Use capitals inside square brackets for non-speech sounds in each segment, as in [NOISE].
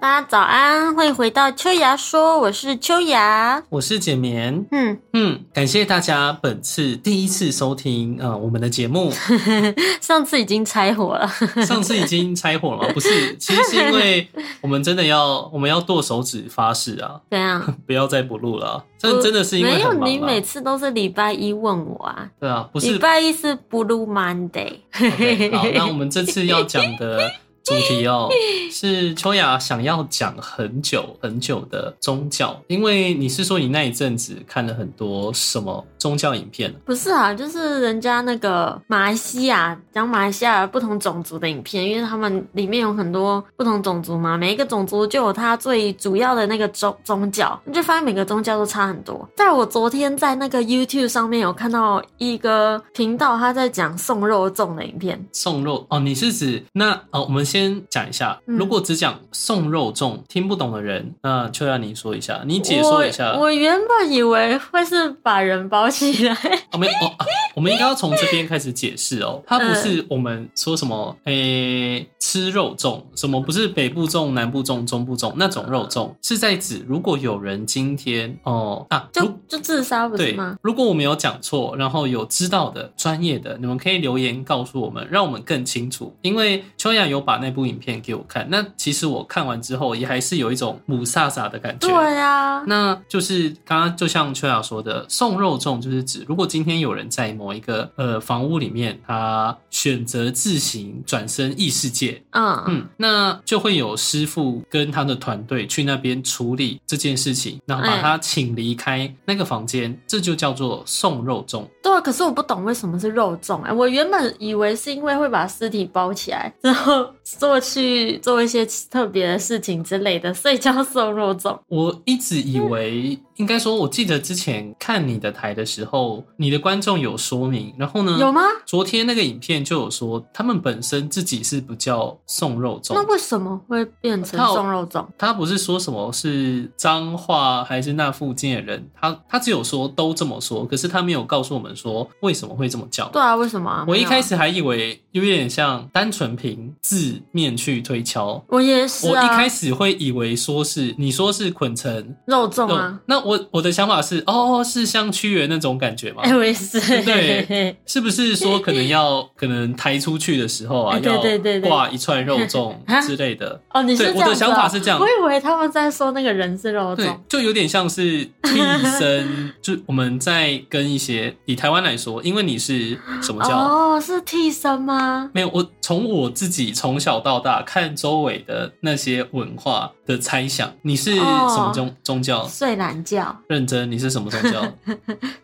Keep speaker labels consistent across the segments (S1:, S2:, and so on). S1: 大家早安，欢迎回到秋芽说，我是秋芽。
S2: 我是简眠，
S1: 嗯，
S2: 嗯，感谢大家本次第一次收听呃我们的
S1: [LAUGHS]
S2: 节目。
S1: [LAUGHS] 上次已经拆火了， [LAUGHS]
S2: 上次已经拆火了吗？不是，其实是因
S1: [LAUGHS]
S2: 为我们真的要我们要剁手指发誓啊，
S1: 怎
S2: [LAUGHS]
S1: 样？
S2: 不要再不录了啊。真真的是因
S1: 没
S2: 为
S1: 有
S2: 很忙
S1: 你每
S2: 啦
S1: 次都是礼拜一问我啊，
S2: 对啊，不是
S1: 礼。拜一是 Blue Monday。
S2: OK，好，
S1: [LAUGHS]
S2: 那我们这次要讲的主题哦，是秋雅想要讲很久很久的宗教，因为你是说你那一阵子看了很多什么宗教影片？
S1: 不是啊，就是人家那个马来西亚讲马来西亚不同种族的影片，因为他们里面有很多不同种族嘛，每一个种族就有它最主要的那个宗宗教，你就发现每个宗教都差很多。在我昨天在那个 YouTube 上面有看到一个频道，他在讲送肉粽的影片，
S2: 送肉哦，你是指那哦？我们先讲一下，
S1: 嗯
S2: 如果只讲送肉粽，听不懂的人，那就让你说一下，你解说一下。
S1: 我。我原本以为会是把人包起来， [LAUGHS]
S2: 我们哦、啊我们应该要从这边开始解释哦，它不
S1: 嗯
S2: 是我们说什么诶、吃肉粽，什么不是北部粽、南部粽、中部粽那种肉粽，是在指如果有人今天哦啊，
S1: 就
S2: 如
S1: 就自杀不是
S2: 对
S1: 吗？，
S2: 如果我们有讲错，然后有知道的、专业的，你们可以留言告诉我们，让我们更清楚。因为秋雅有把那部影片给我看，那其实我看完之后也还是有一种母萨萨的感觉。
S1: 对啊呀、
S2: 那就是刚刚就像秋雅说的，送肉粽就是指，如果今天有人在某一个呃房屋里面，他选择自行转身异世界，
S1: 嗯
S2: 嗯，那就会有师傅跟他的团队去那边处理这件事情，然后把他请离开那个房间，这就叫做送肉粽。
S1: 对啊，可是我不懂为什么是肉粽哎、我原本以为是因为会把尸体包起来，然后 [LAUGHS] 做去做一些特别的事情之类的，所以叫送肉粽。
S2: 我一直以为，应该说，我记得之前看你的台的时候，你的观众有说明，然后呢，
S1: 有吗？
S2: 昨天那个影片就有说，他们本身自己是不叫送肉
S1: 那
S2: 粽。
S1: 为什么会变成
S2: 它有
S1: 送肉粽？
S2: 他不是说什么是脏话还是那附近的人，他他只有说都这么说，可是他没有告诉我们说为什么会这么叫。
S1: 对啊，为什么、啊？
S2: 我一
S1: 没有啊
S2: 开，始还以为有点像单纯凭字面去推敲。
S1: 我也是、
S2: 我
S1: 啊，
S2: 一开始会以为说是你说是捆成
S1: 肉粽啊，
S2: 那我我的想法是哦，是像屈原那种感觉吗
S1: [LAUGHS] 哎、？我也是，
S2: 对是不是说可能要可能抬出去的时候啊，
S1: 哎 [LAUGHS] 对对对
S2: 要
S1: 对
S2: 挂一串肉粽
S1: 啊
S2: 之类的？
S1: [LAUGHS] 哦，你是
S2: 对
S1: 这样、啊、
S2: 我的想法是这样
S1: 我以为他们在说那个人是啊肉
S2: 对
S1: 粽，，
S2: 就有点像是替身， [LAUGHS] 就我们在跟一些以台湾来说，因为你是什么叫
S1: 哦，是替身吗？
S2: 没有，我从我自己从小到大看周围的那些文化的猜想，你是什
S1: 哦
S2: 么宗、宗教？
S1: 睡懒觉，
S2: 认真，你是什么宗教？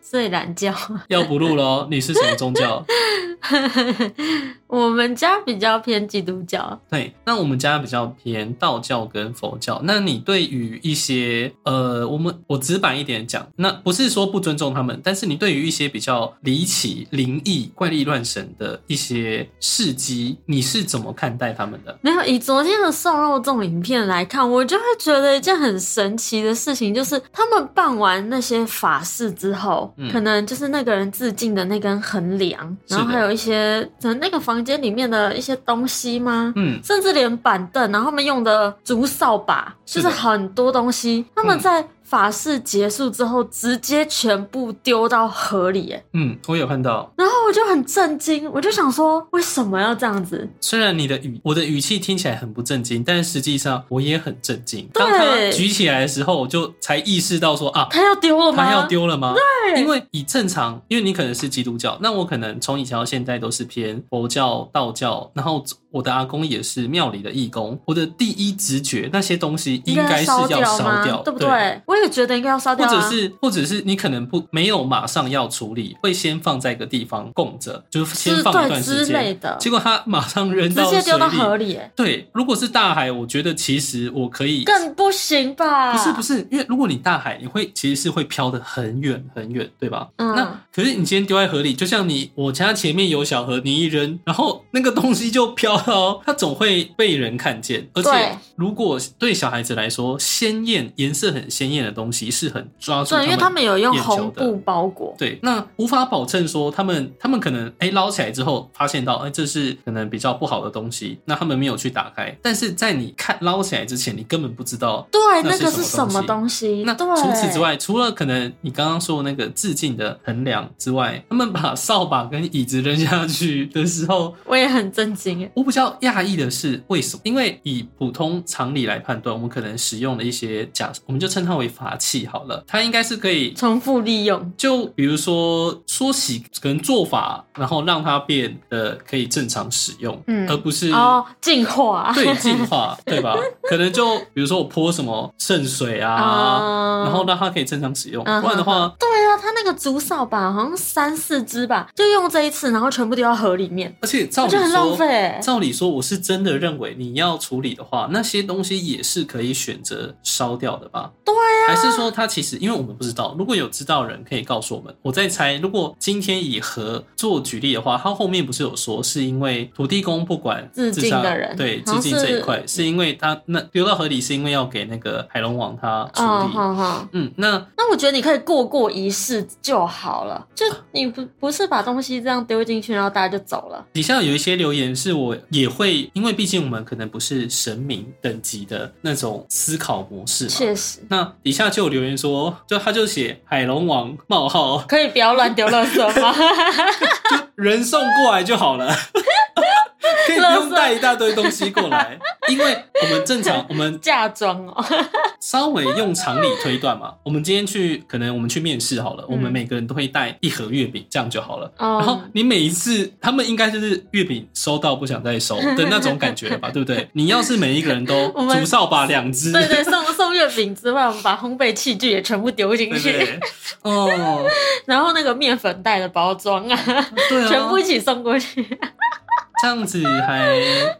S1: 睡懒觉。
S2: 要不录喽？你是什么宗教？
S1: [LAUGHS] 我们家比较偏基督教，
S2: 对，那我们家比较偏道教跟佛教。那你对于一些呃，我们我直白一点讲，那不是说不尊重他们，但是你对于一些比较离奇、灵异、怪力乱神的一些事迹，你是怎么看待他们的？
S1: 没有以昨天的送肉粽影片来看，我就会觉得一件很神奇的事情，就是他们办完那些法事之后，
S2: 嗯
S1: 可能就是那个人自尽的那根横梁，
S2: 是的
S1: 然后还有一些可能那个房间里面的一些东西吗？
S2: 嗯，
S1: 甚至连板凳，然后他们用的竹扫把，就是是
S2: 的
S1: 很多东西，他们
S2: 嗯
S1: 在法事结束之后，直接全部丢到河里，哎，
S2: 嗯，我有看到，
S1: 然后我就很震惊，我就想说，为什么要这样子？
S2: 虽然你的语我的语气听起来很不震惊，但实际上我也很震惊。当他举起来的时候，我就才意识到说啊，
S1: 他要丢了吗？
S2: 他要丢了吗？
S1: 对
S2: 因为以正常，因为你可能是基督教，那我可能从以前到现在都是偏佛教、道教，然后我的阿公也是庙里的义工，我的第一直觉那些东西应该是
S1: 烧
S2: 要
S1: 吗？
S2: 烧掉，
S1: 对不？啊我也觉得应该要烧
S2: 或
S1: 掉、啊，
S2: 者是，或者是你可能不没有马上要处理，会先放在一个地方供着，就是先
S1: 之
S2: 放一
S1: 对
S2: 段时
S1: 之类
S2: 间。
S1: 的，
S2: 结果他马上扔
S1: 直
S2: 到
S1: 接
S2: 水
S1: 丢到河
S2: 里。
S1: 里耶，
S2: 对，如果是大海，我觉得其实我可以
S1: 更不行吧？
S2: 不是不，是，因为如果你大海，你会其实是会飘得很远很远，对吧？
S1: 嗯
S2: 那可是你今天丢在河里，就像你我家前面有小河，你一扔，然后那个东西就飘了哦，它总会被人看见。而
S1: 对
S2: 且如果对小孩子来说，鲜艳颜色很鲜艳的东西是很抓住
S1: 对，因为
S2: 他
S1: 他们有用
S2: 眼球
S1: 红
S2: 的
S1: 布包裹，
S2: 对，那无法保证说他们他他们可能哎捞起来之后发现到哎这是可能比较不好的东西，那他们没有去打开，但是在你看捞起来之前，你根本不知道
S1: 对，
S2: 那
S1: 那
S2: 是
S1: 个是
S2: 什么
S1: 什么
S2: 东西
S1: 东西？
S2: 那
S1: 对
S2: 除此之，外，除了可能你刚刚说的那个致敬的衡量之外，他们把扫把跟椅子扔下去的时候，
S1: 我也很震惊耶。
S2: 我比较讶异的是为什么？因为以普通常理来判断，我们可能使用的一些假，我们就称它为法器好了，它应该是可以。
S1: 重复利用，
S2: 就比如说说洗跟做法，然后让它变得可以正常使用，
S1: 嗯
S2: 而不是
S1: 哦，进化，
S2: 对进
S1: [LAUGHS]
S2: 化，对吧？可能就比如说我泼什么圣水啊，
S1: 啊
S2: 然后让它可以正常使用，
S1: 嗯
S2: 不然的话，
S1: 对啊，他那个竹扫把好像三四只吧，就用这一次，然后全部丢到河里面，
S2: 而且照
S1: 我
S2: 理
S1: 觉得很浪
S2: 说，
S1: 费。
S2: 照理说，我是真的认为你要处理的话，那些东西也是可以选择烧掉的吧？
S1: 对
S2: 啊，还是说它其实因为我们不知道，如果有知道人可以告诉我们。我在猜，如果今天以和做举例的话，它后面不是有说是因为土地公不管
S1: 致敬
S2: 杀
S1: 的人
S2: 对
S1: 好像
S2: 致敬这一
S1: 是
S2: 块，是因为他那丢到河里是因为要给那个海龙王他处
S1: 哦，
S2: 理。
S1: 好好，
S2: 嗯，那
S1: 那我觉得你可以过过仪式就好了，就你不不是把东西这样丢进去，然后大家就走了。
S2: 底下有一些留言是我也会，因为毕竟我们可能不是神明等级的那种思考模式嘛，
S1: 确实，
S2: 那底下就有留言说，就他就写海龙王冒号
S1: 可以不要乱丢垃圾吗？
S2: [LAUGHS] 人送过来就好了， [LAUGHS] 可以不用带一大堆东西过来，因为我们正常我们
S1: 嫁妆哦，
S2: 稍微用常理推断嘛，我们今天去可能我们去面试好了，我们每个人都会带一盒月饼，这样就好了。然后
S1: 嗯哦，
S2: 你每一次，他们应该就是月饼收到不想再收
S1: [LAUGHS]
S2: 的那种感觉了吧，对不对？你要是每一个人都
S1: 我们
S2: 竹扫把两只，
S1: 对对，送送月饼之外，我们把烘焙器具也全部丢进
S2: 对
S1: 去，
S2: 对，哦，
S1: 然后那个面粉袋的包装啊，
S2: 对啊，
S1: 全部一起送过去。
S2: 这样子还，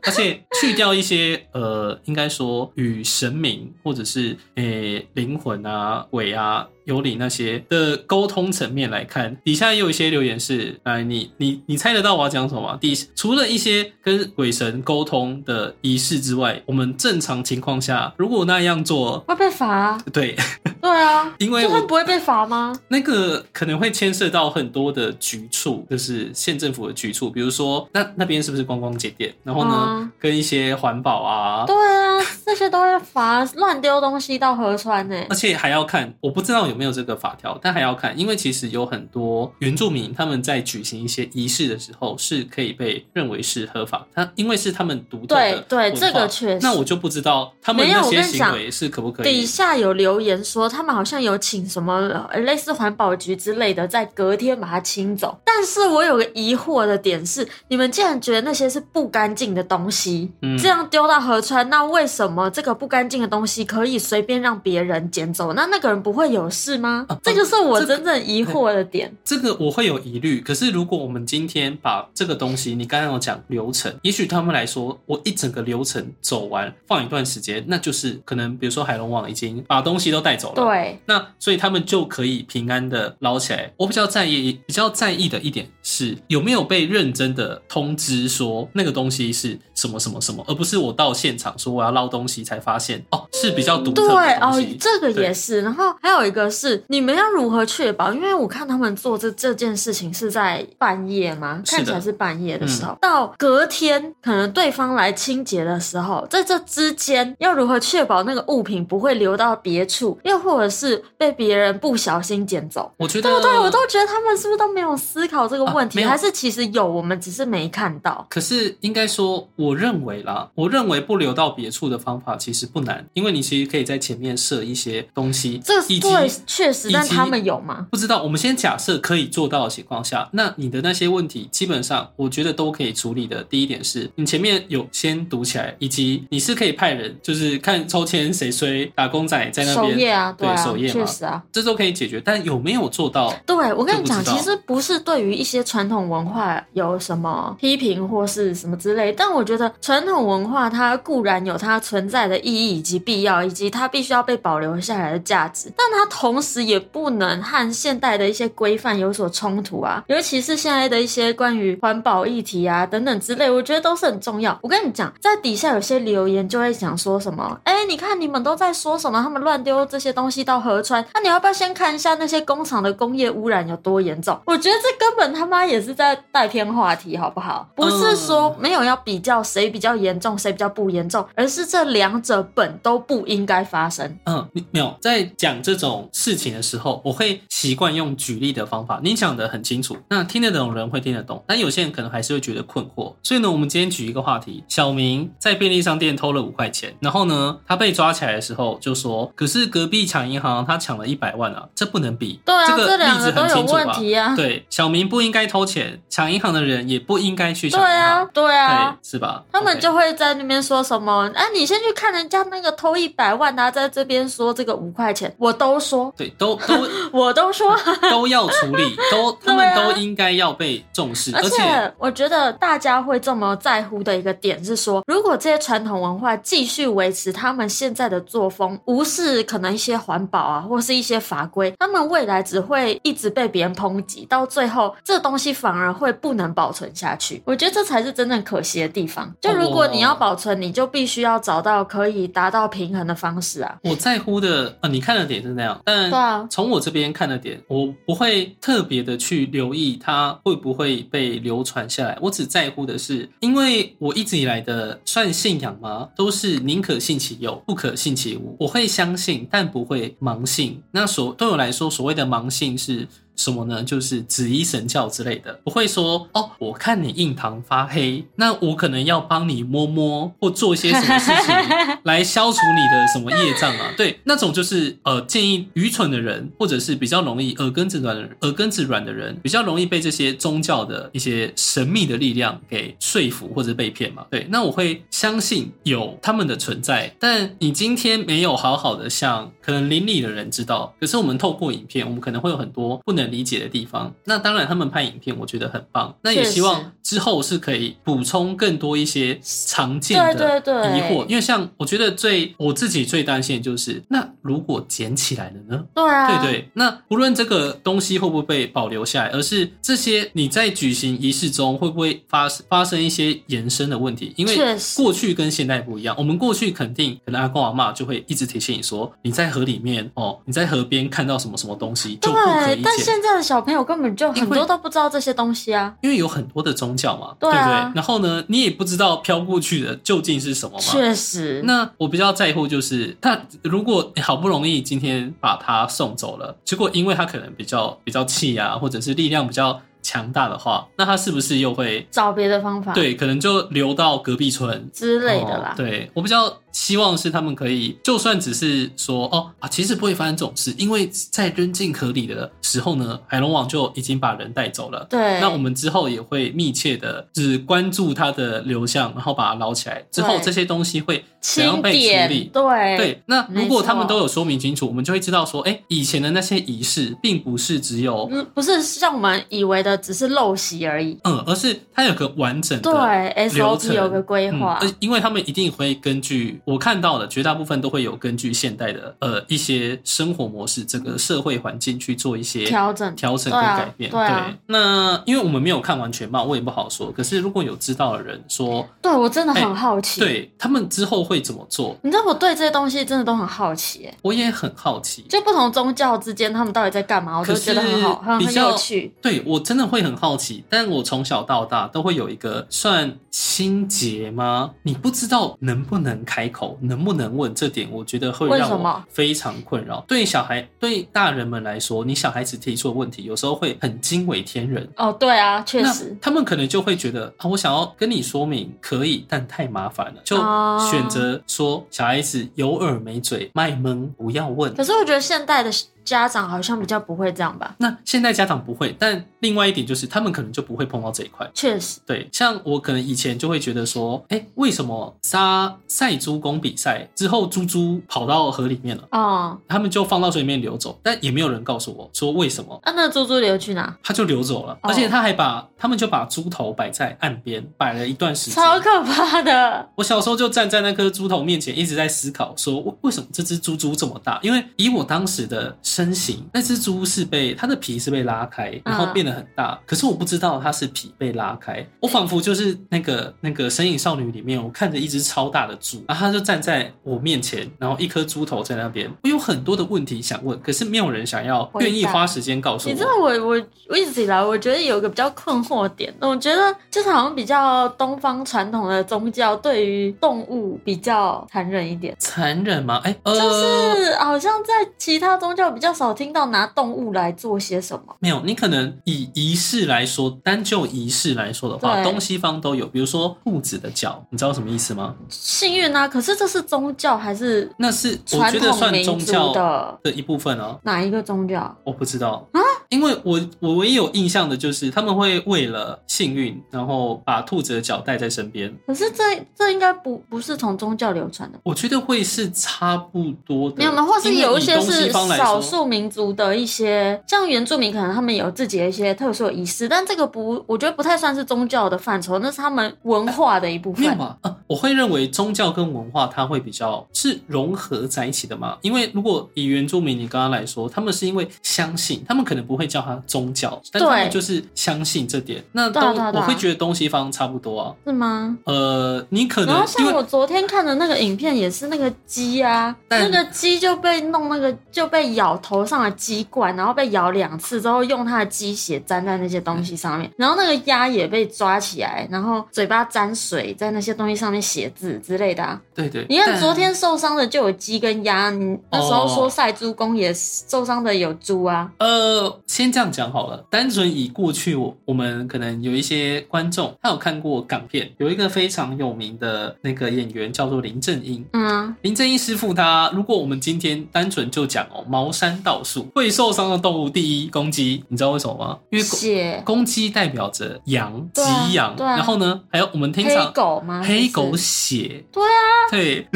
S2: 而且去掉一些呃，应该说与神明或者是诶灵、魂啊、鬼啊、幽灵那些的沟通层面来看，底下也有一些留言是，哎，你你你猜得到我要讲什么吗？第一，除了一些跟鬼神沟通的仪式之外，我们正常情况下如果那样做，
S1: 会被罚、啊，
S2: 对，
S1: 对啊，
S2: 因为
S1: 就
S2: 我
S1: 会不会被罚吗？
S2: 那个可能会牵涉到很多的局处，就是县政府的局处，比如说那那边是不是观光节点，然后呢，
S1: 啊
S2: 跟一些环保啊，
S1: 对啊，这些都会罚，乱丢东西到河川呢、
S2: 而且还要看，我不知道有没有这个法条，但还要看，因为其实有很多原住民他们在举行一些仪式的时候是可以被认为是合法，他因为是他们独特
S1: 对
S2: 的
S1: 对
S2: 文化
S1: 这个确实
S2: 那我就不知道他们
S1: 没有
S2: 那
S1: 我啊
S2: 些
S1: 跟你
S2: 行
S1: 讲
S2: 为是可不可
S1: 底
S2: 以。
S1: 下有留言说，他们好像有请什么呃类似环保局之类的，在隔天把它清走。但是我有个疑惑的点是，你们既然觉得那些是不干净的东西，
S2: 嗯
S1: 这样丢到河川，那为什么这个不干净的东西可以随便让别人捡走？那那个人不会有事吗？这就是我
S2: 啊呃这个
S1: 真正疑惑的点。
S2: 这个我会有疑虑，可是如果我们今天把这个东西，你刚刚有讲流程，也许他们来说，我一整个流程走完，放一段时间，那就是可能，比如说海龙王已经把东西都带走了，
S1: 对，
S2: 那所以他们就可以平安的捞起来。我比较在意，比较在意的一点是有没有被认真的通知说那个东西是什么什么什么，而不是我到现场说我要捞东西才发现哦是比较独特
S1: 对
S2: 的东
S1: 哦
S2: 西。，
S1: 这个
S2: 对
S1: 也是。然后还有一个是，你们要如何确保？因为我看他们做这这件事情是在半夜吗？
S2: 是的嗯
S1: 看起来是半夜的时候，到隔天可能对方来清洁的时候，在这之间要如何确保那个物品不会流到别处，又或者是被别人不小心捡走？
S2: 我觉得
S1: 对不对？我都觉得他们是不是都没有思考这个问
S2: 呃啊
S1: 题，
S2: 没有
S1: 还是其实有，我们只是没看到？
S2: 可是应该说，我认为啦，我认为不留到别处的方法其实不难，因为你其实可以在前面设一些东西，
S1: 这
S2: 以及
S1: 对确实
S2: 以，及
S1: 但他们有吗？
S2: 不知道，我们先假设可以做到的情况下，那你的那些问题基本上我觉得都可以处理的。第一点是你前面有先读起来，以及你是可以派人，就是看抽签谁吹打工仔在那
S1: 首页
S2: 边，
S1: 啊，
S2: 对
S1: 啊，
S2: 首页嘛
S1: 确实啊。
S2: 这都可以解决。但有没有做到？
S1: 对，我跟你讲，
S2: 这不知道
S1: 其实不是对于一些传统文化有什么批评或是什么之类，但我觉得得传统文化它固然有它存在的意义以及必要，以及它必须要被保留下来的价值，但它同时也不能和现代的一些规范有所冲突啊。尤其是现在的一些关于环保议题啊等等之类，我觉得都是很重要。我跟你讲，在底下有些留言就会讲说什么，哎，你看你们都在说什么，他们乱丢这些东西到河川，那、你要不要先看一下那些工厂的工业污染有多严重？我觉得这根本他妈也是在带偏话题，好不好？不是说
S2: 嗯
S1: 没有要比较谁比较严重，谁比较不严重，而是这两者本都不应该发生。
S2: 嗯，你没有在讲这种事情的时候，我会习惯用举例的方法。你讲的很清楚，那听得懂人会听得懂，但有些人可能还是会觉得困惑。所以呢，我们今天举一个话题：小明在便利商店偷了五块钱，然后呢，他被抓起来的时候就说：“可是隔壁抢银行，他抢了一百万啊，这不能比。”
S1: 对啊，
S2: 这
S1: 这
S2: 个例
S1: 两
S2: 子
S1: 个都
S2: 很
S1: 有
S2: 清楚
S1: 问
S2: 吧？
S1: 题啊。
S2: 对，小明不应该偷钱，抢银行的人也不应该去抢
S1: 对
S2: 银
S1: 啊
S2: 行，，
S1: 对啊。
S2: 对，是吧？
S1: 他们
S2: OK
S1: 就会在那边说什么？哎、你先去看人家那个偷一百万的啊、在这边说这个五块钱，我都说，
S2: 对都都
S1: 我都说。 [LAUGHS]
S2: 都要处理，都他
S1: 对
S2: 们
S1: 啊
S2: 都应该要被重视，
S1: 而
S2: 而且
S1: 且我觉得大家会这么在乎的一个点是说，如果这些传统文化继续维持他们现在的作风，无视可能一些环保啊，或是一些法规，他们未来只会一直被别人抨击，到最后这东西反而会不能保存下去。我觉得这才是真正可惜的地方。就如果
S2: 哦
S1: 你要保存，你就必须要找到可以达到平衡的方式啊。
S2: 我在乎的呃，你看的点是那样，但
S1: 对啊
S2: 从我这边看的点，我不会特别的去留意它会不会被流传下来，我只在乎的是，因为我一直以来的算信仰吗，都是宁可信其有，不可信其无。我会相信，但不会盲信。那所对我来说，所谓的盲信是。什么呢？就是紫衣神教之类的，不会说哦，我看你印堂发黑，那我可能要帮你摸摸或做一些什么事情来消除你的什么业障
S1: [LAUGHS]
S2: 啊？对，那种就是呃，建议愚蠢的人，或者是比较容易呃耳根子软的人，耳根子软的人，比较容易被这些宗教的一些神秘的力量给说服或者被骗嘛。对，那我会相信有他们的存在，但你今天没有好好的向可能邻里的人知道，可是我们透过影片，我们可能会有很多不能理解的地方。那当然，他们拍影片，我觉得很棒，那也
S1: 确实
S2: 希望之后是可以补充更多一些常见的
S1: 对对对
S2: 疑惑，因为像我觉得最我自己最担心的就是，那如果捡起来了呢？
S1: [LAUGHS] 对啊，
S2: 对对，那不论这个东西会不会被保留下来，而是这些你在举行仪式中会不会发发生一些延伸的问题？因为
S1: 确实
S2: 过去跟现在不一样，我们过去肯定可能阿公阿妈就会一直提醒你说，你在河里面哦，你在河边看到什么什么东西就不可以
S1: 对，但
S2: 捡。
S1: 现在的小朋友根本就很
S2: 因
S1: 多
S2: 为
S1: 都不知道这些东西啊。
S2: 因为有很多的宗教嘛，
S1: 对啊
S2: 不对？然后呢，你也不知道飘过去的究竟是什么嘛，
S1: 确实，
S2: 那我比较在乎就是，他如果好不容易今天把他送走了，结果因为他可能比较比较气啊，或者是力量比较强大的话，那他是不是又会
S1: 找别的方法
S2: 对，可能就流到隔壁村
S1: 啊之类的
S2: 哦
S1: 啦。
S2: 对我比较希望是他们可以，就算只是说哦啊，其实不会发生这种事，因为在扔进河里的时候呢，海龙王就已经把人带走了。
S1: 对，
S2: 那我们之后也会密切的，只关注它的流向，然后把它捞起来。之后
S1: 对
S2: 这些东西会怎样
S1: 清
S2: 被处理
S1: 点，？对
S2: 对，那如
S1: 没
S2: 果
S1: 错
S2: 他们都有说明清楚，我们就会知道说，哎、以前的那些仪式并不是只有
S1: 嗯不是像我们以为的只是陋习而已。
S2: 嗯，而是它有个完整的
S1: 对
S2: 流程
S1: ，SOP 有个规划，
S2: 嗯，而因为他们一定会根据我看到的，绝大部分都会有根据现代的呃一些生活模式、整个社会环境去做一些
S1: 调整
S2: 调整跟
S1: 对啊
S2: 改变。
S1: 对啊
S2: 那因为我们没有看完全貌，我也不好说。可是如果有知道的人说，
S1: 对我真的
S2: 哎
S1: 很好奇。
S2: 对他们之后会怎么做，
S1: 你知道我对这些东西真的都很好奇、哎
S2: 我也很好奇。
S1: 就不同宗教之间他们到底在干嘛，我都
S2: 可是
S1: 觉得很好，很
S2: 比
S1: 很
S2: 较
S1: 有趣。
S2: 对我真的会很好奇，但我从小到大都会有一个算心结吗？你不知道能不能开口，能不能问，这点我觉得会
S1: 为
S2: 让
S1: 什
S2: 我
S1: 么
S2: 非常困扰。对小孩、对大人们来说，你小孩子提出的问题，有时候会很惊为天人。
S1: 哦，对啊，确
S2: 那
S1: 实，
S2: 他们可能就会觉得啊，我想要跟你说明可以，但太麻烦了，就
S1: 哦
S2: 选择说小孩子有耳没嘴，卖萌，不要问。
S1: 可是我觉得现代的家长好像比较不会这样吧？
S2: 那现在家长不会，但另外一点就是他们可能就不会碰到这一块。
S1: 确实，
S2: 对，像我可能以前就会觉得说，哎、为什么杀赛猪公比赛之后，猪猪跑到河里面了，
S1: 哦，
S2: 他们就放到水里面流走，但也没有人告诉我说为什么。
S1: 啊那那个猪猪流去哪？
S2: 他就流走了，
S1: 哦
S2: 而且他还把他们就把猪头摆在岸边，摆了一段时间。
S1: 超可怕的，
S2: 我小时候就站在那颗猪头面前，一直在思考说，为为什么这只猪猪这么大？因为以我当时的身形，那只猪是被它的皮是被拉开，然后
S1: 嗯
S2: 变得很大。可是我不知道它是皮被拉开，我仿佛就是那个那个《神隐少女》里面，我看着一只超大的猪，然后它就站在我面前，然后一颗猪头在那边。我有很多的问题想问，可是没有人想要
S1: 回答
S2: 愿意花时间告诉
S1: 你
S2: 我
S1: 知。道我我我一直以来我觉得有个比较困惑的点，我觉得就是好像比较东方传统的宗教对于动物比较残忍一点。
S2: 残忍吗？哎、呃，
S1: 就是好像在其他宗教比较少听到拿动物来做些什么，
S2: 没有，你可能以仪式来说，单就仪式来说的话，
S1: 对
S2: 东西方都有。比如说兔子的脚，你知道什么意思吗？
S1: 幸运啊！可是这是宗教还是
S2: 那是我
S1: 传
S2: 觉得
S1: 统
S2: 算
S1: 民
S2: 宗
S1: 族
S2: 教
S1: 的
S2: 的一部分啊。
S1: 哪一个宗教？
S2: 我不知道啊，因为我我唯一有印象的就是他们会为了幸运，然后把兔子的脚带在身边。
S1: 可是这这应该不不是从宗教流传的吧，
S2: 我觉得会是差不多的，
S1: 没有吗？或是
S2: 因为
S1: 有一
S2: 以
S1: 些
S2: 东西
S1: 是
S2: 方来
S1: 少
S2: 说
S1: 数民族的一些，像原住民可能他们有自己的一些特殊的仪式，但这个不，我觉得不太算是宗教的范畴，那是他们文化的一部
S2: 哎没有
S1: 分。
S2: 吧？啊，我会认为宗教跟文化它会比较是融合在一起的嘛。因为如果以原住民你刚刚来说，他们是因为相信，他们可能不会叫它宗教，但他们
S1: 对
S2: 就是相信这点。那
S1: 对啊
S2: 都
S1: 对啊对
S2: 我
S1: 啊
S2: 会觉得东西方差不多啊。
S1: 是吗？
S2: 呃，你可
S1: 然
S2: 能
S1: 后
S2: 因
S1: 像
S2: 为
S1: 我昨天看的那个影片，也是那个鸡啊，
S2: 但
S1: 那个鸡就被弄那个就被咬头上的鸡冠，然后被咬两次之后，用它的鸡血沾在那些东西上
S2: 嗯
S1: 面。然后那个鸭也被抓起来，然后嘴巴沾水，在那些东西上面写字之类的、啊。
S2: 对对，
S1: 你看
S2: 但
S1: 昨天受伤的就有鸡跟鸭，你那时候
S2: 哦
S1: 说赛猪公也受伤的有猪啊，
S2: 呃，先这样讲好了。单纯以过去我我们可能有一些观众，他有看过港片，有一个非常有名的那个演员叫做林正英，
S1: 嗯啊，
S2: 林正英师傅他，如果我们今天单纯就讲哦，茅山道术会受伤的动物，第一公鸡，你知道为什么吗？因为公
S1: 血
S2: 公鸡代表着羊，
S1: 对啊
S2: 吉羊，
S1: 对啊
S2: 然后呢，还有我们平
S1: 黑
S2: 常
S1: 狗吗？
S2: 黑
S1: 不
S2: 狗
S1: 是
S2: 血，
S1: 对啊，
S2: 对，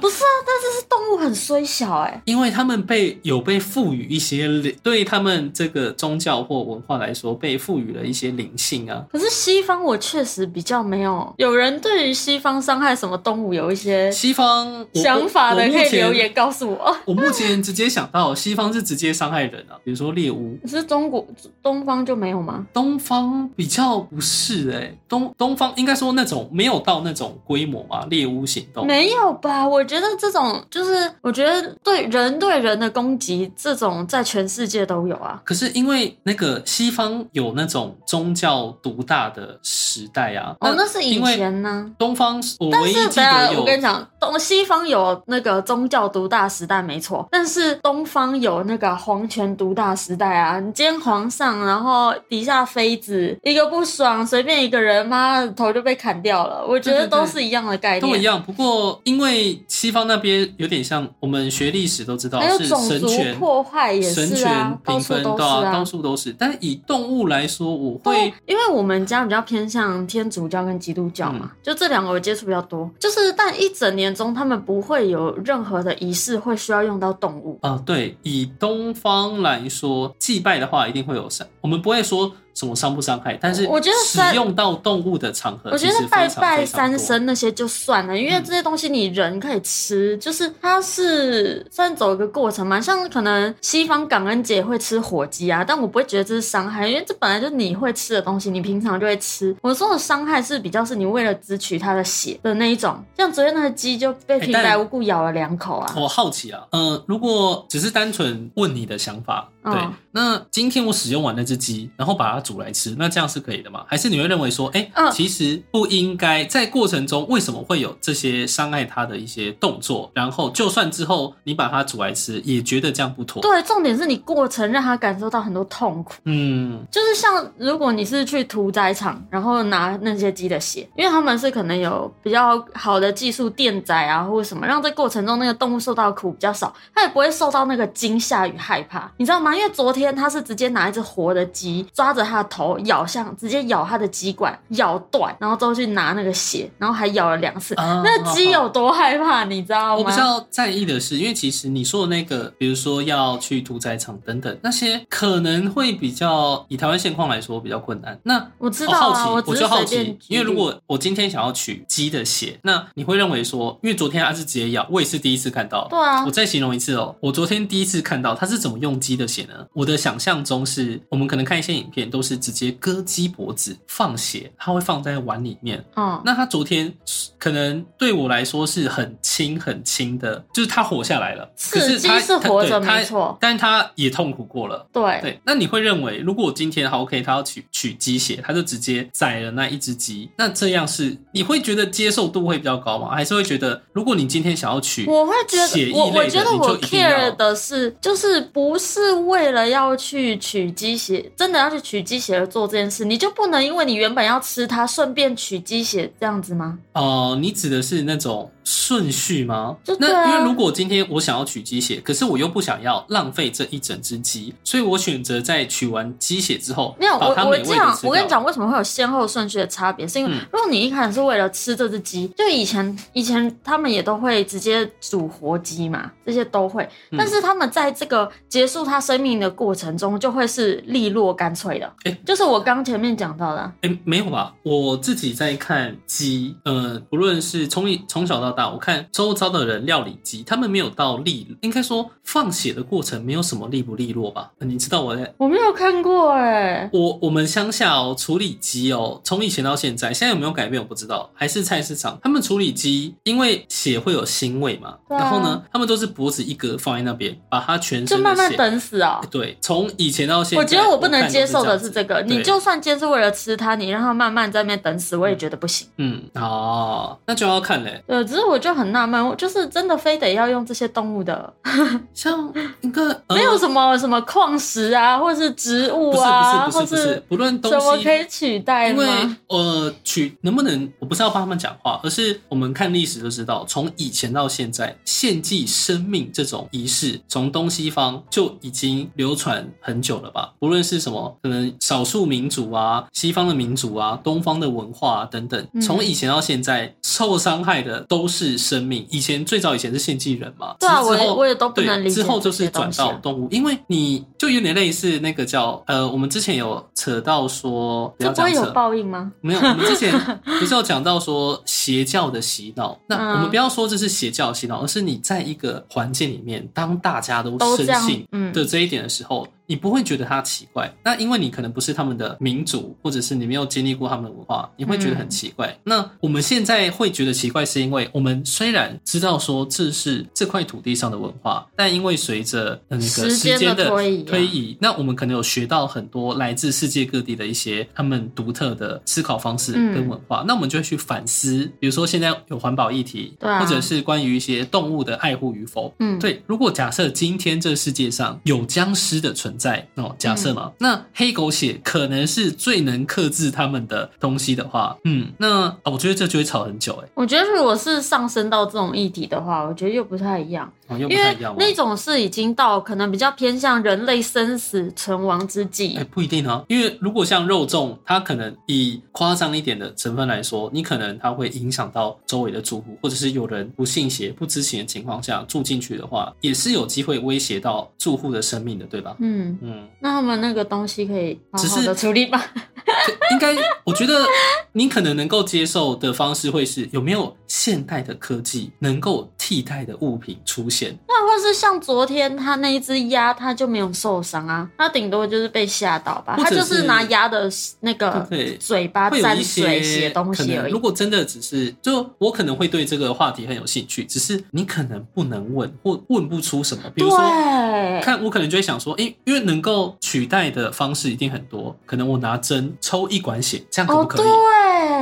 S1: 不是啊，但这是动物很衰小哎、
S2: 因为他们被有被赋予一些灵对他们这个宗教或文化来说，被赋予了一些灵性啊。
S1: 可是西方我确实比较没有，有人对于西方伤害什么动物有一些
S2: 西方我
S1: 想法的，
S2: 我
S1: 可
S2: 目
S1: 以
S2: 前
S1: 留言告诉我。
S2: [LAUGHS] 我目前直接想到，西方是直接伤害人啊，比如说猎巫，
S1: 可是中国东方就没有吗？
S2: 东方比较不是哎、东东方应该说那种没有到那种规模嘛，猎巫行动。
S1: 没有吧？我觉得这种就是，我觉得对人对人的攻击，这种在全世界都有啊。
S2: 可是因为那个西方有那种宗教独大的时代啊，
S1: 哦，那是以
S2: 因为
S1: 前呢。
S2: 东方我
S1: 但
S2: 唯一
S1: 是，等一
S2: 记
S1: 下
S2: 得有
S1: 我跟你讲，东西方有那个宗教独大时代没错，但是东方有那个皇权独大时代啊。你今天皇上，然后底下妃子一个不爽，随便一个人，妈的头就被砍掉了。我觉
S2: 对
S1: 得
S2: 对对
S1: 都是一样的概念，
S2: 都一样，不过因为西方那边有点像我们学历史都知道
S1: 还有
S2: 是
S1: 种
S2: 神
S1: 族
S2: 权。
S1: 破坏也
S2: 神
S1: 是啊
S2: 权，
S1: 到
S2: 平
S1: 处
S2: 分
S1: 都是
S2: 对啊，
S1: 啊
S2: 到。处都是。但是以动物来说，我
S1: 对
S2: 会，
S1: 因为我们家比较偏向天主教跟基督教
S2: 嗯
S1: 嘛，就这两个我接触比较多。就是，但一整年中他们不会有任何的仪式会需要用到动物。
S2: 啊、对，以东方来说，祭拜的话一定会有伤，我们不会说什么伤不伤害，但是
S1: 我觉得
S2: 使
S1: 三
S2: 用到动物的场合，
S1: 我觉得拜拜三
S2: 生，
S1: 牲那些就算了，因为
S2: 嗯
S1: 这些东西你人可以吃，就是它是算走一个过程嘛。像可能西方感恩节会吃火鸡啊，但我不会觉得这是伤害，因为这本来就是你会吃的东西，你平常就会吃。我说的伤害是比较是你为了只取它的血的那一种，像昨天那个鸡就被平白
S2: 哎但
S1: 无故咬了两口啊。
S2: 我好奇啊，嗯、如果只是单纯问你的想法，对，
S1: 嗯
S2: 那今天我使用完那只鸡，然后把它煮来吃，那这样是可以的吗？还是你会认为说，哎、
S1: 嗯
S2: 其实不应该在过程中为什么会有这些伤害他的一些动作？然后就算之后你把它煮来吃，也觉得这样不妥。
S1: 对，重点是你过程让他感受到很多痛苦，
S2: 嗯，
S1: 就是像如果你是去屠宰场，然后拿那些鸡的血，因为他们是可能有比较好的技术电宰啊，或者什么，让这过程中那个动物受到的苦比较少，它也不会受到那个惊吓与害怕，你知道吗？因为昨天他是直接拿一只活的鸡，抓着它的头咬向，直接咬它的鸡冠，咬断，然后之后去拿那个血，然后还咬了两次。
S2: 啊
S1: 那鸡有多害怕，你知道吗？
S2: 我比较在意的是，因为其实你说的那个，比如说要去屠宰场等等，那些可能会比较以台湾现况来说比较困难。那
S1: 我知
S2: 我
S1: 道啊
S2: 好奇，
S1: 我
S2: 我
S1: 只是
S2: 就好
S1: 随
S2: 奇
S1: 便，举
S2: 因为如
S1: 例
S2: 果我今天想要取鸡的血，那你会认为说，因为昨天它是直接咬，我也是第一次看到。
S1: 对啊
S2: 我，再形容一次哦，我昨天第一次看到它是怎么用鸡的血呢？我的想象中是我们可能看一些影片，都是直接割鸡脖子放血，它会放在碗里面，
S1: 嗯，
S2: 那他昨天可能对我来说是很轻很轻的，就是他活下来了，
S1: 是
S2: 可是他
S1: 鸡是活着
S2: 他对
S1: 没错
S2: 他但他也痛苦过了。
S1: 对。
S2: 对，那你会认为，如果我今天好 OK，他要取取鸡血，他就直接宰了那一只鸡，那这样是你会觉得接受度会比较高吗？还是会觉得，如果你今天想要取，
S1: 我会觉
S2: 血
S1: 得，
S2: 液
S1: 我
S2: 类的
S1: 我觉得
S2: 你就
S1: 我
S2: 一定要
S1: care 的是，就是不是为了要去取鸡血，真的要去取鸡血而做这件事，你就不能因为你原本要吃它，顺便取鸡血这样子吗？
S2: 哦、你指的是那种顺序吗
S1: 就？对啊
S2: 那因为如果今天我想要取鸡血，可是我又不想要浪费这一整只鸡，所以我选择在取完鸡血之后，
S1: 没有，
S2: 把
S1: 我
S2: 它
S1: 我
S2: 美味
S1: 这
S2: 的
S1: 样
S2: 吃，掉。
S1: 我跟你讲，为什么会有先后顺序的差别，是因为
S2: 嗯
S1: 如果你一开始是为了吃这只鸡，就以前以前他们也都会直接煮活鸡嘛，这些都会，
S2: 嗯
S1: 但是他们在这个结束他生命的过程中，就会是利落干脆的
S2: 诶，
S1: 就是我刚前面讲到的啊，
S2: 哎、没有吧？我自己在看鸡，呃，不论是从从小到大，我看周遭的人料理鸡，他们没有到利，应该说放血的过程没有什么利不利落吧？呃你知道我在
S1: 我没有看过哎、
S2: 我我们乡下哦，处理鸡哦，从以前到现在，现在有没有改变我不知道，还是菜市场他们处理鸡，因为血会有腥味嘛，
S1: 对啊
S2: 然后呢，他们都是脖子一割放在那边，把它全
S1: 就
S2: 身
S1: 慢
S2: 的
S1: 慢
S2: 血。
S1: 等死啊、
S2: 对，从以前到现在，
S1: 我觉得我不能
S2: 看都
S1: 接受的
S2: 这样
S1: 是
S2: 子
S1: 这个，
S2: 对
S1: 你就算今天是为了吃它，你让它慢慢在那边等死，我也觉得不行。
S2: 嗯哦，那就要看嘞，
S1: 对，只是我就很纳闷，我就是真的非得要用这些动物的，
S2: 嗯像一个、呃
S1: 没有什么什么矿石啊，或是植物
S2: 不是
S1: 啊，
S2: 不是不是
S1: 或
S2: 不是
S1: 是，
S2: 不论东
S1: 什么
S2: 西
S1: 可以取代
S2: 因为
S1: 吗？
S2: 呃，取能不能，我不是要帮他们讲话，而是我们看历史就知道，从以前到现在，献祭生命这种仪式，从东西方就已经流传很久了吧？不论是什么，可能少数民族啊、西方的民族啊、东方的文化啊等等
S1: 嗯，
S2: 从以前到现在，受伤害的都是生命。以前最早以前是献祭人嘛，
S1: 对啊，我
S2: 只是之
S1: 也
S2: 后
S1: 我也都不
S2: 对，
S1: 能理解
S2: 之后
S1: 这
S2: 就是
S1: 些
S2: 转
S1: 东西
S2: 到
S1: 啊
S2: 动物，因为你就有点类似那个叫呃，我们之前有扯到说，不
S1: 这
S2: 要
S1: 不
S2: 讲
S1: 会有
S2: 扯，
S1: 报应吗？[LAUGHS]
S2: 没有，我们之前不是有讲到说邪教的洗脑？
S1: 嗯
S2: 那我们不要说这是邪教的洗脑，而是你在一个环境里面，当大家都
S1: 都这
S2: 深
S1: 样
S2: 信
S1: 嗯
S2: 的这一点的时候，你不会觉得它奇怪。那因为你可能不是他们的民族，或者是你没有经历过他们的文化，你会觉得很奇怪。
S1: 嗯
S2: 那我们现在会觉得奇怪，是因为我们虽然知道说这是这块土地上的文化，但因为随着呃那个
S1: 时
S2: 时
S1: 间的
S2: 间的
S1: 推移啊
S2: 推移以那我们可能有学到很多来自世界各地的一些他们独特的思考方式
S1: 嗯
S2: 跟文化，那我们就会去反思，比如说现在有环保议题，
S1: 对啊
S2: 或者是关于一些动物的爱护与否。
S1: 嗯，，
S2: 对，如果假设今天这世界上有僵尸的存在
S1: 嗯
S2: 哦，假设嘛，那黑狗血可能是最能克制他们的东西的话，嗯，那、啊我觉得这就会吵很久哎、
S1: 我觉得如果是上升到这种议题的话，我觉得又不太一样。
S2: 哦，又不
S1: 因
S2: 太
S1: 为
S2: 一样吗？
S1: 那种是已经到可能比较偏向人类生死存亡之
S2: 哎、
S1: 际，
S2: 不一定啊，因为如果像肉粽，它可能以夸张一点的成分来说，你可能它会影响到周围的住户，或者是有人不信邪、不知情的情况下住进去的话，也是有机会威胁到住户的生命的，对吧？
S1: 嗯，
S2: 嗯，
S1: 那他们那个东西可以好
S2: 只
S1: 好
S2: 是
S1: 的处理
S2: [LAUGHS]
S1: 吧。
S2: 这应该，我觉得你可能能够接受的方式会是有没有现代的科技能够替代的物品出现。
S1: 那或是像昨天他那一只鸭，它就没有受伤啊，它顶多就是被吓到吧，
S2: 或
S1: 它
S2: 者
S1: 就是
S2: 是
S1: 拿鸭的那个
S2: 对
S1: 嘴巴
S2: 会有
S1: 沾
S2: 一
S1: 水
S2: 些
S1: 写东
S2: 可
S1: 西
S2: 能
S1: 而
S2: 如
S1: 已。
S2: 果真的只是，就我可能会对这个话题很有兴趣，只是你可能不能问，或问不出什么。比如说，
S1: 对，
S2: 看我可能就会想说，诶、因为能够取代的方式一定很多，可能我拿针抽一管血，这样可
S1: 哦
S2: 不可以？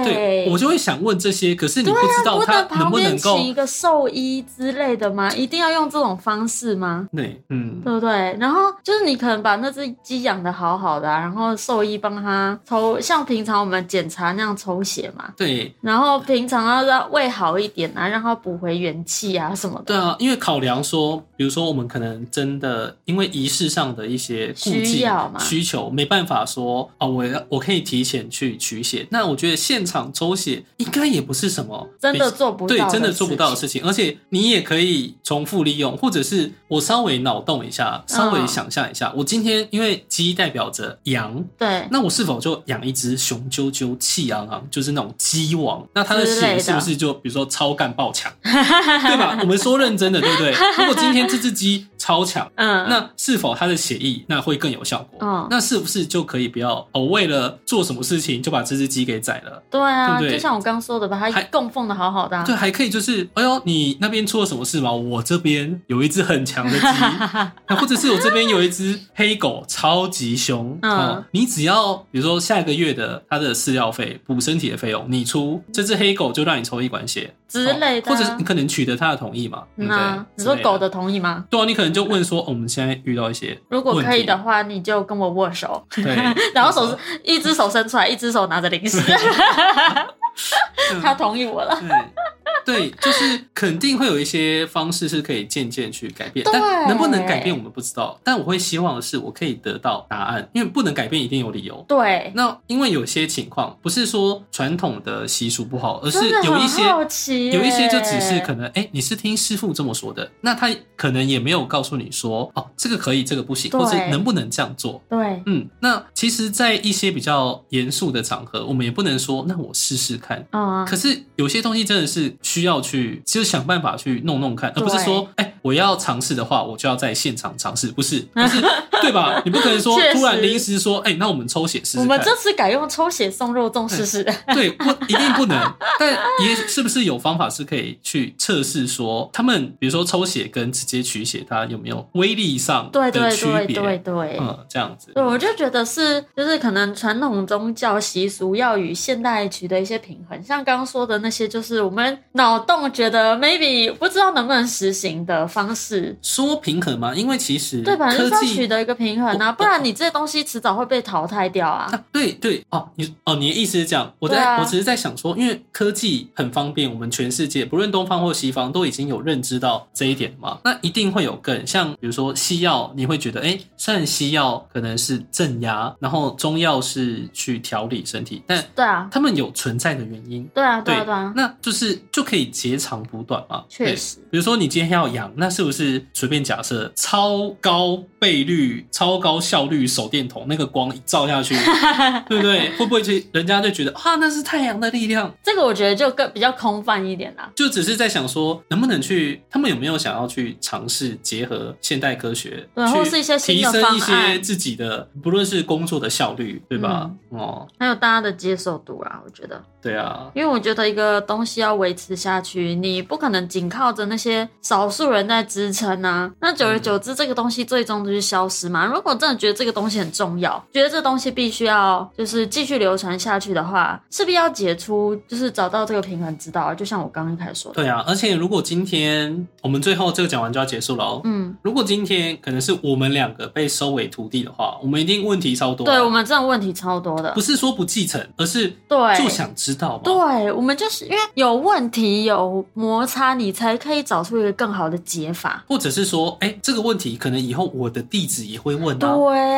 S1: 对，
S2: 对，我就会想问这些，可是你
S1: 对
S2: 不知道
S1: 啊，
S2: 它
S1: 不能
S2: 能
S1: 旁
S2: 不
S1: 边
S2: 能
S1: 请
S2: 够
S1: 一个兽医之类的吗？一定要用这种方式吗？
S2: 对，嗯，
S1: 对不对？然后就是你可能把那只鸡养的好好的、啊，然后兽医帮它抽，像平常我们检查那样抽血嘛，
S2: 对，
S1: 然后平常要让喂好一点啊，让它补回元气啊什么的。
S2: 对啊，因为考量说，比如说我们可能真的因为仪式上的一些顾
S1: 需
S2: 忌
S1: 要嘛
S2: 需求，没办法说啊，我要我可以提前去取血。那我觉得现场抽血应该也不是什么
S1: 真的
S2: 非
S1: 做不到
S2: 对
S1: 的事情，
S2: 真的做不到的事情，而且你也可以重复利用，或者是我稍微脑洞一下，稍微
S1: 嗯
S2: 想象一下，我今天因为鸡代表着羊，
S1: 对，
S2: 那我是否就养一只雄赳赳、气昂昂，就是那种鸡王？那它的
S1: 之类
S2: 血
S1: 的
S2: 是不是就比如说超干爆强，对吧？我们说认真的，对不对？如果今天这只鸡超强，
S1: 嗯，
S2: 那是否它的血液那会更有效果？
S1: 嗯
S2: 那是不是就可以不要哦？为了做什么事情就把这只鸡给宰了？
S1: 对啊，
S2: 对不对
S1: 就像我刚说的，把
S2: 还
S1: 它供奉的好好的、啊
S2: 对，，还可以就是，哎呦，你那边出了什么事吗？我这边有一只很强的
S1: [LAUGHS]
S2: 鸡，或者是我这边有一只黑狗超级凶。
S1: 嗯
S2: 哦，你只要比如说下个月的它的饲料费、补身体的费用，你出，这只黑狗就让你抽一管血
S1: 之类的啊
S2: 哦或者是你可能取得它的同意嘛？对
S1: 嗯
S2: 不对
S1: 啊，你
S2: 之类
S1: 说狗的同意吗？
S2: 对啊，你可能就问说，哦我们现在遇到一些
S1: 如果可以的
S2: 问
S1: 话，你就跟我握手，，
S2: [LAUGHS] 题，对
S1: [LAUGHS] 然后手是一只手伸出来，一只手拿着
S2: [LAUGHS]
S1: 零食。
S2: 嗯
S1: 他同意我了，
S2: 对，对，就是肯定会有一些方式是可以渐渐去改变，
S1: 对
S2: 但能不能改变我们不知道。但我会希望的是，我可以得到答案，因为不能改变一定有理由。
S1: 对，
S2: 那因为有些情况不是说传统的习俗不好，而是
S1: 真的
S2: 有一
S1: 很
S2: 些
S1: 好奇耶
S2: 有一些就只是可能，哎、你是听师傅这么说的，那他可能也没有告诉你说，哦，这个可以，这个不行，
S1: 对
S2: 或是能不能这样做。
S1: 对，
S2: 嗯，那其实，在一些比较严肃的场合，我们也不能说，那我试试看，
S1: 嗯啊
S2: 可，是有些东西真的是需要去，就是想办法去弄弄看，而不是说，哎、我要尝试的话，我就要在现场尝试，
S1: [LAUGHS]
S2: 不是，不是，对吧？你不可能说
S1: 确实
S2: 突然临时说，哎、那我们抽血试
S1: 我
S2: 试
S1: 们
S2: 看，
S1: 这次改用抽血送肉粽试
S2: [LAUGHS]
S1: 试。
S2: 对，不一定不能。但也是不是有方法是可以去测试说，他们比如说抽血跟直接取血，它有没有威力上
S1: 对
S2: 的
S1: 对
S2: 区
S1: 对
S2: 别？
S1: 对对，
S2: 嗯，这样子，
S1: 对，我就觉得是，就是可能传统宗教习俗要与现代取得一些平衡，像刚刚说的那些，就是我们脑洞觉得 maybe 不知道能不能实行的方式，
S2: 说平衡嘛，因为其实
S1: 对吧？就是
S2: 嗯科
S1: 要
S2: 技
S1: 取得一个平衡啊，
S2: 我
S1: 不然你这些东西迟早会被淘汰掉啊。
S2: 啊，对对哦，你哦，你的意思是这样，我在、
S1: 对啊
S2: 我只是在想说，因为科技很方便，我们全世界不论东方或西方都已经有认知到这一点嘛，那一定会有更像，比如说西药，你会觉得，哎，虽然西药可能是镇压，然后中药是去调理身体，但
S1: 对啊，
S2: 他们有存在的原因，
S1: 对啊，对啊，
S2: 对
S1: 对啊，
S2: 那就是就可以截长补短嘛，
S1: 确
S2: 对
S1: 实。
S2: 比如说你今天要养，那是不是随便假设超高倍率、超高效率手电筒那个光一照
S1: [LAUGHS]
S2: 下去，对不对？会不会去人家就觉得啊，那是太阳的力量？
S1: 这个我觉得就更比较空泛一点啦。
S2: 就只是在想说，能不能去他们有没有想要去尝试结合现代科学，
S1: 对或
S2: 去
S1: 是一些
S2: 提
S1: 新的
S2: 升一
S1: 方案
S2: 些自己的，不论是工作的效率，对吧？
S1: 嗯
S2: 哦，
S1: 还有大家的接受度啦，我觉得，
S2: 对啊，
S1: 因为我觉得一个东西要维持下去，你不可能仅靠着那些少数人在支撑啊。那久而久之，这个东西最终就是消失嘛。如果真的觉得这个东西很重要，觉得这东西必须要就是继续流传下去的话，势必要解出，就是找到这个平衡之道啊。就像我刚刚一开始说的，
S2: 对啊。而且如果今天我们最后这个讲完就要结束了哦。
S1: 嗯，
S2: 如果今天可能是我们两个被收为徒弟的话，我们一定问题超多啊、
S1: 对我们这种问题超多的
S2: 不，是说不继承，而是
S1: 对
S2: 就想知道嘛。
S1: 对，我们就是因为有问题有摩擦，你才可以找出一个更好的解法。
S2: 或者是说，哎、这个问题可能以后我的弟子也会问啊。
S1: 对呀、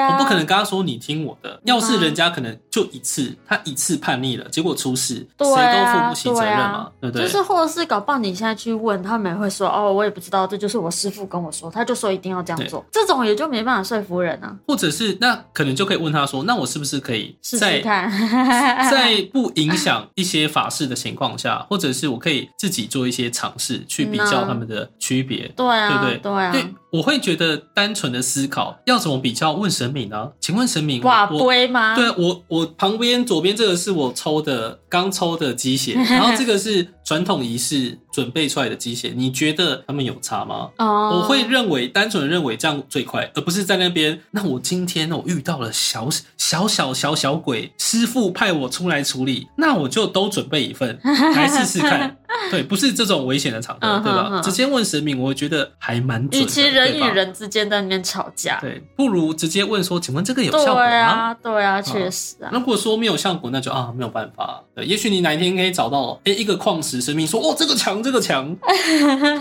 S2: 我
S1: 啊，
S2: 不可能跟他说你听我的，要是人家可能就一次，他一次叛逆了，结果出事，谁
S1: 对
S2: 都
S1: 啊
S2: 负不起责任嘛，对不
S1: 就
S2: 对？
S1: 是或者是搞不好你现在去问他们也会说哦，我也不知道，这就是我师傅跟我说，他就说一定要这样做，这种也就没办法说服人啊。
S2: 或者是那可能就可以问他说，那我是不是可以
S1: 试
S2: 在
S1: 试看，
S2: 在不影响一些法事的情况下，或者是我可以自己做一些尝试去比较他们的区别，
S1: [LAUGHS] 对啊，
S2: 对不对？
S1: 啊，
S2: 对，我会觉得单纯的思考要怎么比较？问神明呢？请问神明，
S1: 哇，啊
S2: 我
S1: 龟吗？
S2: 对啊我，我旁边左边这个是我抽的刚抽的
S1: [LAUGHS]
S2: 鸡血，然后这个是传统仪式准备出来的鸡血，你觉得他们有差吗？
S1: 哦，
S2: 啊我会认为，单纯地认为这样最快，而不是在那边。那我今天我遇到了小小小小小鬼，师傅派我出来处理，那我就都准备一
S1: [LAUGHS]
S2: 份来试试看。对，不是这种危险的场合，
S1: 嗯
S2: 对
S1: 哼
S2: 吧？
S1: 哼
S2: 直接问神明，我觉得还蛮准的。
S1: 与其人
S2: 对
S1: 与
S2: 吧，
S1: 人之间在那边吵架，
S2: 对，不如直接问说，请问这个有
S1: 对
S2: 效果嗯吗？
S1: 啊，对啊，确实啊，
S2: 如果说没有效果，那就啊没有办法。对，也许你哪一天可以找到诶一个矿石生命说哦这个强这个强，
S1: [LAUGHS]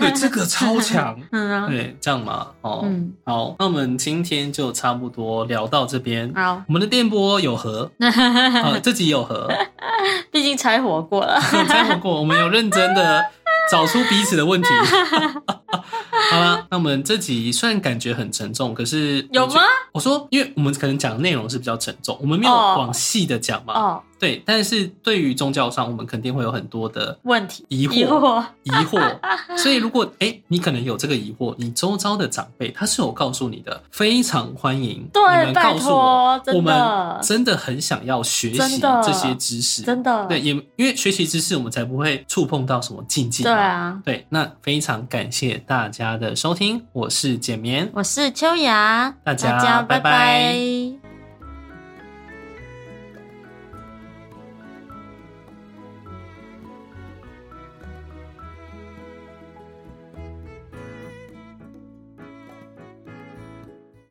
S2: 对这个超强，
S1: 嗯啊，
S2: 对这样嘛哦、
S1: 嗯，
S2: 好，那我们今天就差不多聊到这边。
S1: 好，
S2: 我们的电波有
S1: [LAUGHS]
S2: 和，呃，这集有和，
S1: 毕竟拆火过
S2: [LAUGHS]
S1: 了，
S2: 猜火过，我们有认真的找出彼此的
S1: [LAUGHS]
S2: 问题。好啦，那我们这集虽然感觉很沉重，可是我
S1: 有
S2: 觉
S1: 吗？？
S2: 我说，因为我们可能讲的内容是比较沉重，我们没有
S1: 哦
S2: 往细的讲嘛。
S1: 哦，
S2: 对，但是对于宗教上，我们肯定会有很多的
S1: 问题，
S2: 疑惑，
S1: 疑惑，
S2: 疑惑所以如果哎、诶你可能有这个疑惑，你周遭的长辈他是有告诉你的，非常欢迎
S1: 对
S2: 你们告诉我
S1: 拜托，真的
S2: 我们真的很想要学习
S1: 真的
S2: 这些知识，
S1: 真的，
S2: 对，也因为学习知识，我们才不会触碰到什么禁忌嘛。
S1: 对啊，
S2: 对，那非常感谢大家的收听，我是简眠，
S1: 我是秋雅，
S2: 大家
S1: 家
S2: 拜
S1: 拜
S2: 拜